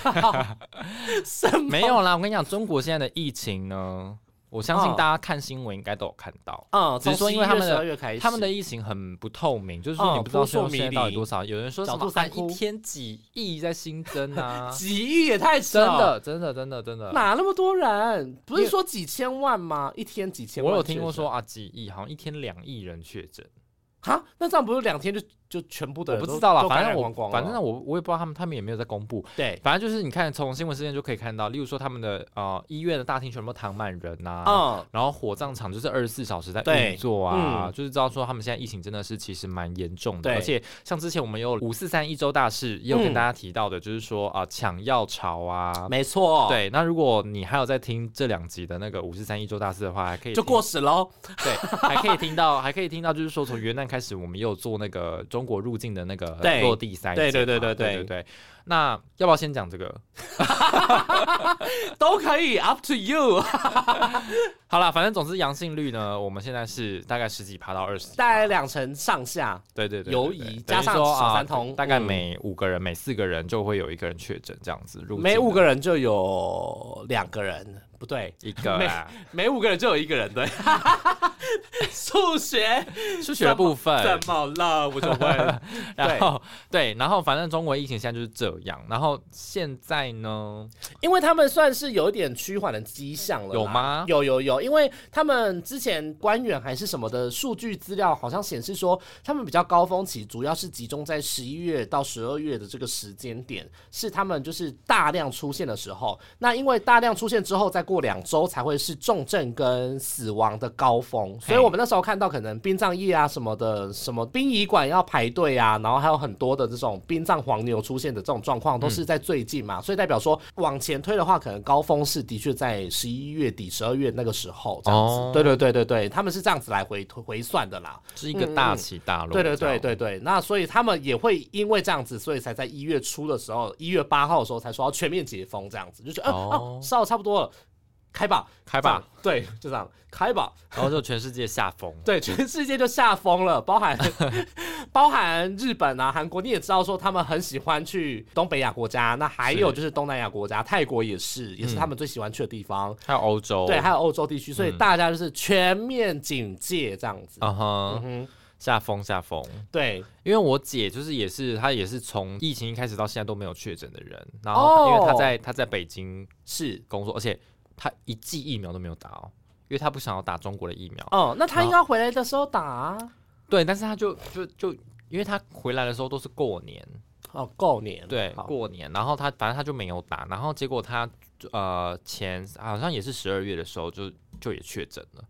什么？没有啦，我跟你讲，中国现在的疫情呢，我相信大家看新闻应该都有看到。嗯，只是说因为他们从11月12月开的始他们的疫情很不透明，就是说嗯你不知道现扑朔迷在离到底多少。有人说什角么度啊三一窟，天几亿在新增啊 几亿也太真扯了，的真的真的真的。哪那么多人？因不是为说几千万吗？一天几千万？我有听过说，啊，几亿，好像一天两亿人确诊，哈，那这样不是两天就就全部的我人不都知道啦，都反感正染我光光了反正我我也不知道他们他们也没有在公布，对，反正就是你看从新闻事件就可以看到，例如说他们的呃医院的大厅全部躺满人啊呐、嗯，然后火葬场就是二十四小时在对运作啊，嗯就是知道说他们现在疫情真的是其实蛮严重的，对而且像之前我们有五四三一周大事也有跟嗯大家提到的，就是说啊、抢药潮啊。没错，，对，那如果你还有在听这两集的那个五四三一周大事的话，还可以就听过时喽。对，还可以听到， 还可以听到，就是说从元旦开始，我们也有做那个中国入境的那个对落地筛检嘛，对对对对对对对对那要不要先讲这个？都可以，up to you，好啦，反正总之阳性率呢，我们现在是大概十几爬到二十，大概两成上下。对对对，犹对对疑对加上等于说小啊三通大概嗯每五个人每四个人就会有一个人确诊这样子入境的，每五个人就有两个人不对，一 个啊啦，每五个人就有一个人 对。数学数学的部分怎，么了？我就问。 然后对，然后反正中国疫情现在就是这样，然后现在呢， 因为他们算是有一点趋缓的迹象了啦，有吗有有有，因为他们之前官员还是什么的数据资料，好像显示说他们比较高峰期，主要是集中在十一月到十二月的这个时间点，是他们就是大量出现的时候。那因为大量出现之后，再过两周才会是重症跟死亡的高峰，所以我们那时候看到可能殡葬业啊什么的，什么殡仪馆要排队啊，然后还有很多的这种殡葬黄牛出现的这种状况，都是在最近嘛，所以代表说往前推的话，可能高峰是的确在十一月底、十二月那个时候这样子。哦对对对对对，他们是这样子来回回算的啦。是一个大起大落，嗯对对对这样，对对，那所以他们也会因为这样子，所以才在一月初的时候，一月八号的时候才说要全面解封这样子，就是哦哦 哦，烧、差不多了，开吧，开吧，对，就这样，开吧，然后就全世界下风，对，全世界就吓疯了，包 含包含日本啊、韩国，你也知道说他们很喜欢去东北亚国家，那还有是嗯就是东南亚国家，泰国也是，也是他们最喜欢去的地方。还有欧洲，对，还有欧洲地区，所以大家就是全面警戒这样子。嗯哼，嗯哼，下风下风，对，因为我姐就是也是她也是从疫情一开始到现在都没有确诊的人，然后她因为哦她在她在北京是。工作，而且她一剂疫苗都没有打哦，因为她不想要打中国的疫苗。哦，那他应该回来的时候打啊。对，但是她就就就因为她回来的时候都是过年，哦，过年对，好过年，然后她反正她就没有打，然后结果她呃前好像也是十二月的时候就就也确诊了，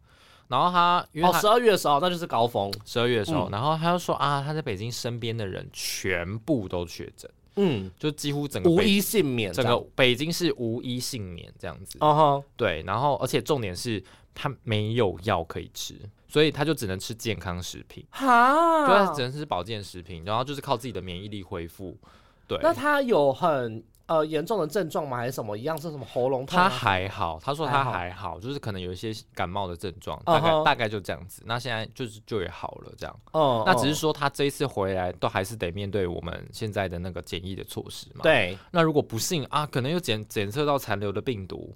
然后她因为哦，她十二嗯月的时候那就是高峰。十二月的时候，然后她就说啊，她在北京身边的人全部都确诊，嗯，就几乎整个无北一幸免这整样。个北京是无一幸免这样子。哦吼，对，然后而且重点是他没有药可以吃，所以他就只能吃健康食品，哈，对，他只能吃保健食品，然后就是靠自己的免疫力恢复。对，那他有很呃严重的症状吗？还是什么一样是什么喉咙痛他啊？还好，他说还他好还好，就是可能有一些感冒的症状，嗯大概哼大概就这样子。那现在就是就也好了，这样。嗯那只是说他这一次回来都还是得面对我们现在的那个检疫的措施嘛。对那如果不幸啊，可能又检检测到残留的病毒，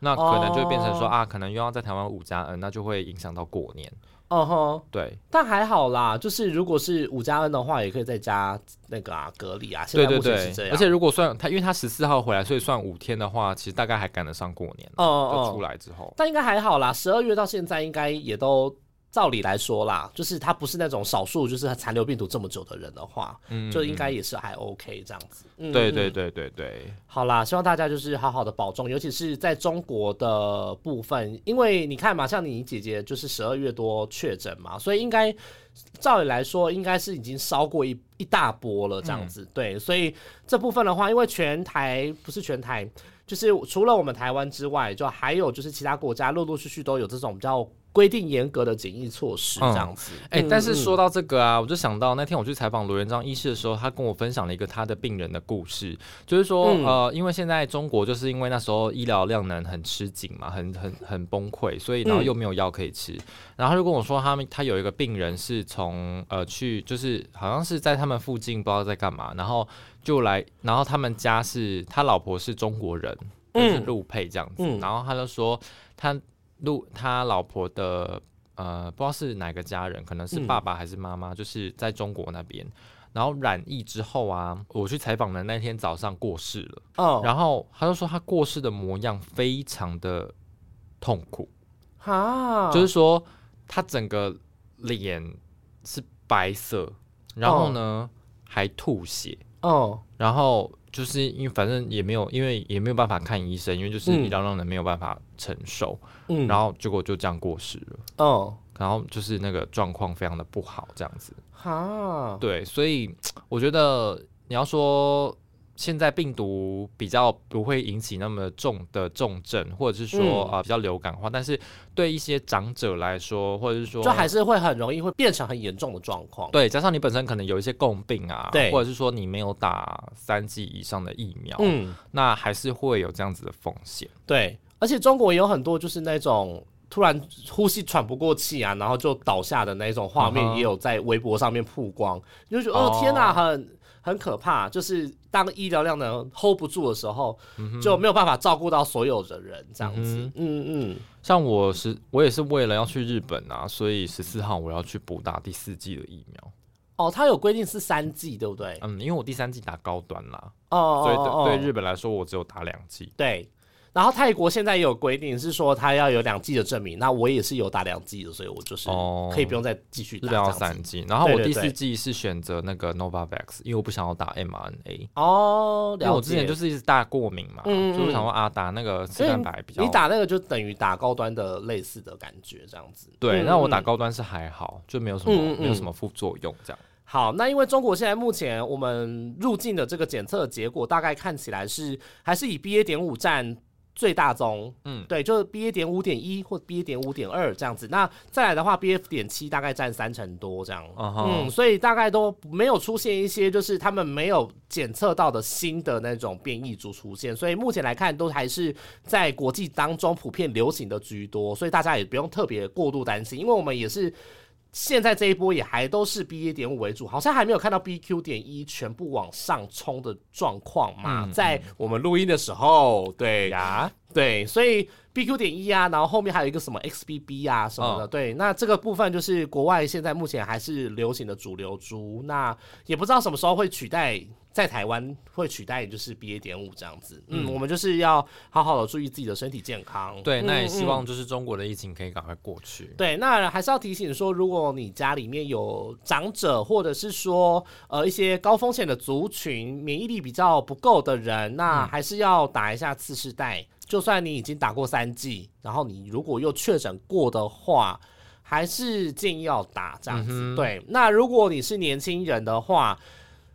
那可能就会变成说、哦啊，可能又要在台湾五加 N，那就会影响到过年。嗯哼，对但还好啦，就是如果是五加 N 的话，也可以在家那个啊隔离啊。现对在对目前是这对，样，而且如果算他，因为他十四号回来，所以算五天的话，其实大概还赶得上过年哦了。哦就出来之后，但应该还好啦，十二月到现在应该也都。照理来说啦，就是他不是那种少数就是残留病毒这么久的人的话，嗯就应该也是还 OK 这样子。嗯对嗯对对对对，好啦，希望大家就是好好的保重，尤其是在中国的部分，因为你看嘛，像你姐姐就是十二月多确诊嘛，所以应该照理来说应该是已经烧过一一大波了这样嗯子。对，所以这部分的话，因为全台不是全台，就是除了我们台湾之外，就还有就是其他国家陆陆续续都有这种比较规定严格的检疫措施这样子。哎、但是嗯说到这个啊，我就想到那天我去采访罗元璋医师的时候，他跟我分享了一个他的病人的故事，就是说，嗯呃，因为现在中国就是因为那时候医疗量能很吃紧嘛，很很很崩溃，所以然后嗯又没有药可以吃，然后他就跟我说他们他有一个病人是从呃去就是好像是在他们附近不知道在干嘛，然后就来，然后他们家是他老婆是中国人，就是嗯陆配这样子，嗯然后他就说他陆他老婆的呃，不知道是哪个家人，可能是嗯爸爸还是妈妈，就是在中国那边。然后染疫之后啊，我去采访的那天早上过世了，哦，然后他就说他过世的模样非常的痛苦，哈，就是说他整个脸是白色，然后呢、还吐血，哦，然后就是因为反正也没有，因为也没有办法看医生，因为就是嗯医疗让人没有办法承受，嗯，然后结果就这样过世了。哦，然后就是那个状况非常的不好，这样子。哈，对，所以我觉得你要说现在病毒比较不会引起那么重的重症，或者是说嗯啊、呃比较流感化，但是对一些长者来说，或者是说就还是会很容易会变成很严重的状况。对，加上你本身可能有一些共病啊，对或者是说你没有打三剂以上的疫苗，嗯，那还是会有这样子的风险。对，而且中国也有很多就是那种突然呼吸喘不过气啊，然后就倒下的那种画面嗯，哼也有在微博上面曝光，你就觉得哦哦天哪，很很可怕。就是当医疗量能 hold 不住的时候，就没有办法照顾到所有的人，这样子。嗯嗯，像我是，我也是为了要去日本啊，所以十四号我要去补打第四季的疫苗。哦，它有规定是三剂，对不对？嗯，因为我第三季打高端啦，哦所以哦哦，对对日本来说，我只有打两剂。对。然后泰国现在也有规定，是说他要有两剂的证明。那我也是有打两剂的，所以我就是哦可以不用再继续日打。本这要样子三剂，然后我对对第对四剂是选择那个 Novavax，因为我不想要打 mRNA，哦，因为我之前就是是一直大过敏嘛，嗯嗯嗯就是想说啊打那个吃蛋白比较。你打那个就等于打高端的类似的感觉这样子。对，嗯那我嗯打高端是还好，就没有什么嗯嗯嗯没有什么副作用这样。好，那因为中国现在目前我们入境的这个检测结果，大概看起来是还是以 BA. 点五占最大宗，嗯，对，就是 BA. 点五点一或 BA. 点五点二这样子。那再来的话，BF. 点七大概占三成多这样。嗯哼嗯，所以大概都没有出现一些就是他们没有检测到的新的那种变异株出现，所以目前来看都还是在国际当中普遍流行的居多，所以大家也不用特别过度担心，因为我们也是。现在这一波也还都是 B A 点五为主，好像还没有看到 B Q 点一全部往上冲的状况嘛。嗯在我们录音的时候，对呀，对，所以 B Q 点一啊，然后后面还有一个什么 X B B 啊什么的，嗯对。那这个部分就是国外现在目前还是流行的主流株，那也不知道什么时候会取代。在台湾会取代就是 B A 点五这样子，嗯，我们就是要好好的注意自己的身体健康。对，那也希嗯嗯望就是中国的疫情可以赶快过去。对，那还是要提醒说，如果你家里面有长者，或者是说呃一些高风险的族群，免疫力比较不够的人，那还是要打一下次世代。就算你已经打过三剂，然后你如果又确诊过的话，还是建议要打这样子。对，那如果你是年轻人的话，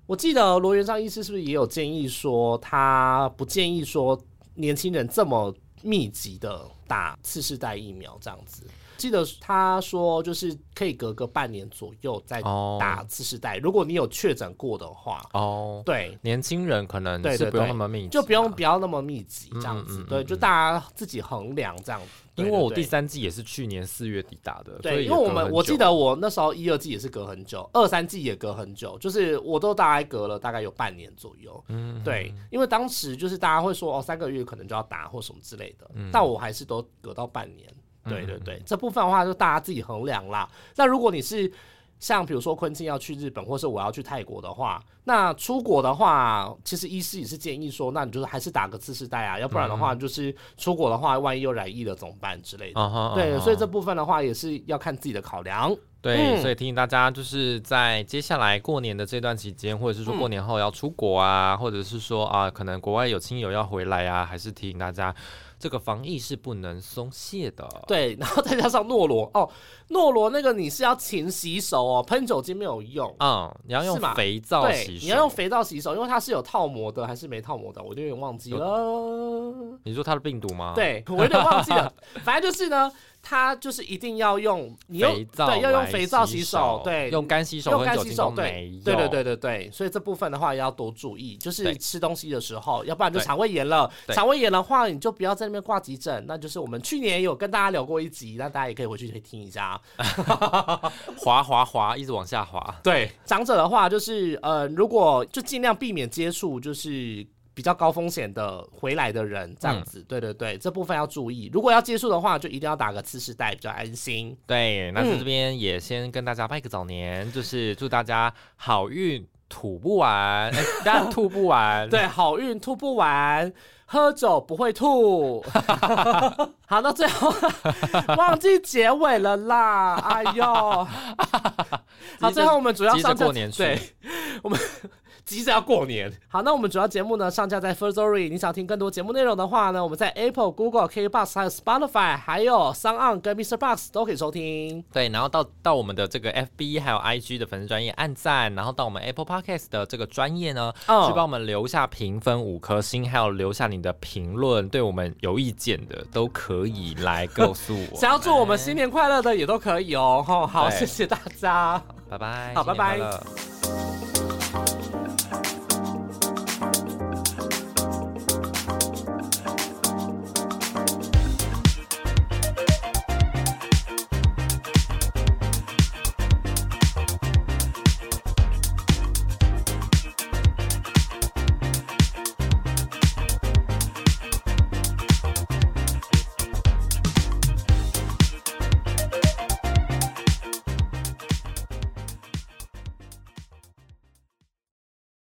我记得罗元璋医师是不是也有建议说，他不建议说年轻人这么密集的打次世代疫苗这样子？记得他说，就是可以隔个半年左右再哦打次世代，如果你有确诊过的话，哦，对，年轻人可能对是对不用对那么密集啊，就不用不要那么密集这样嗯子嗯，对，就大家自己衡量这样子。因为对对我对第三季也是去年四月底打的，所对，以也因为我隔们很我记久得我那时候一二季也是隔很久，二三季也隔很久，就是我都大概隔了大概有半年左右。嗯，对，因为当时就是大家会说哦，三个月可能就要打或什么之类的，嗯但我还是都隔到半年。对对对，这部分的话就大家自己衡量啦。那如果你是像比如说昆汀要去日本，或是我要去泰国的话，那出国的话，其实医师也是建议说，那你就是还是打个次世代啊，要不然的嗯话就是出国的话，万一又染疫了怎么办之类的。啊哈，对，啊哈啊所以这部分的话也是要看自己的考量。对，嗯所以提醒大家，就是在接下来过年的这段期间，或者是嗯说过年后要出国啊，或者是说啊，可能国外有亲友要回来啊，还是提醒大家，这个防疫是不能松懈的。 对，然后再加上诺罗哦，诺罗那个你是要勤洗手哦，喷酒精没有用。嗯，你要用是吗肥皂对洗，手。你要用肥皂洗手，因为它是有套膜的还是没套膜的，我就有点忘记了。你说它的病毒吗？，对，我有点忘记 了。反正就是呢，它就是一定要用你用肥皂对，要用来肥皂洗洗手，对，用干洗手用跟干酒洗精手都，对没有。，对对对对对，所以这部分的话要多注意，就是对吃东西的时候，要不然就对肠胃炎了。对肠胃炎的话，你就不要在那边挂急诊，那就是我们去年有跟大家聊过一集，那大家也可以回去可以听一下啊。滑滑滑，一直往下滑。对，长者的话就是呃，如果就尽量避免接触，就是。比较高风险的回来的人，这嗯样子，对对对，这部分要注意。如果要接触的话，就一定要打个次世代，比较安心。对，那在嗯这边也先跟大家拜个早年，就是祝大家好运吐不完，哎大家吐不完。 对，好运吐不完，喝酒不会吐。 好，那最后 忘记结尾了啦，哎 呦！好，最后我们主要急着上架过年去对，我们急着要过年。好，那我们主要节目呢上架在 First Story，你想听更多节目内容的话呢，我们在 Apple、Google、KBox 还有 Spotify，还有 s o n On 跟 Mr. Box 都可以收听。对，然后到到我们的这个 FB 还有 IG 的粉丝专业按赞，然后到我们 Apple Podcast 的这个专业呢，嗯去帮我们留下评分五颗星，还有留下你的评论，对我们有意见的都可以来告诉我。想要祝我们新年快乐的也都可以哦。吼，好，对谢谢大家。拜拜，新好年拜快拜乐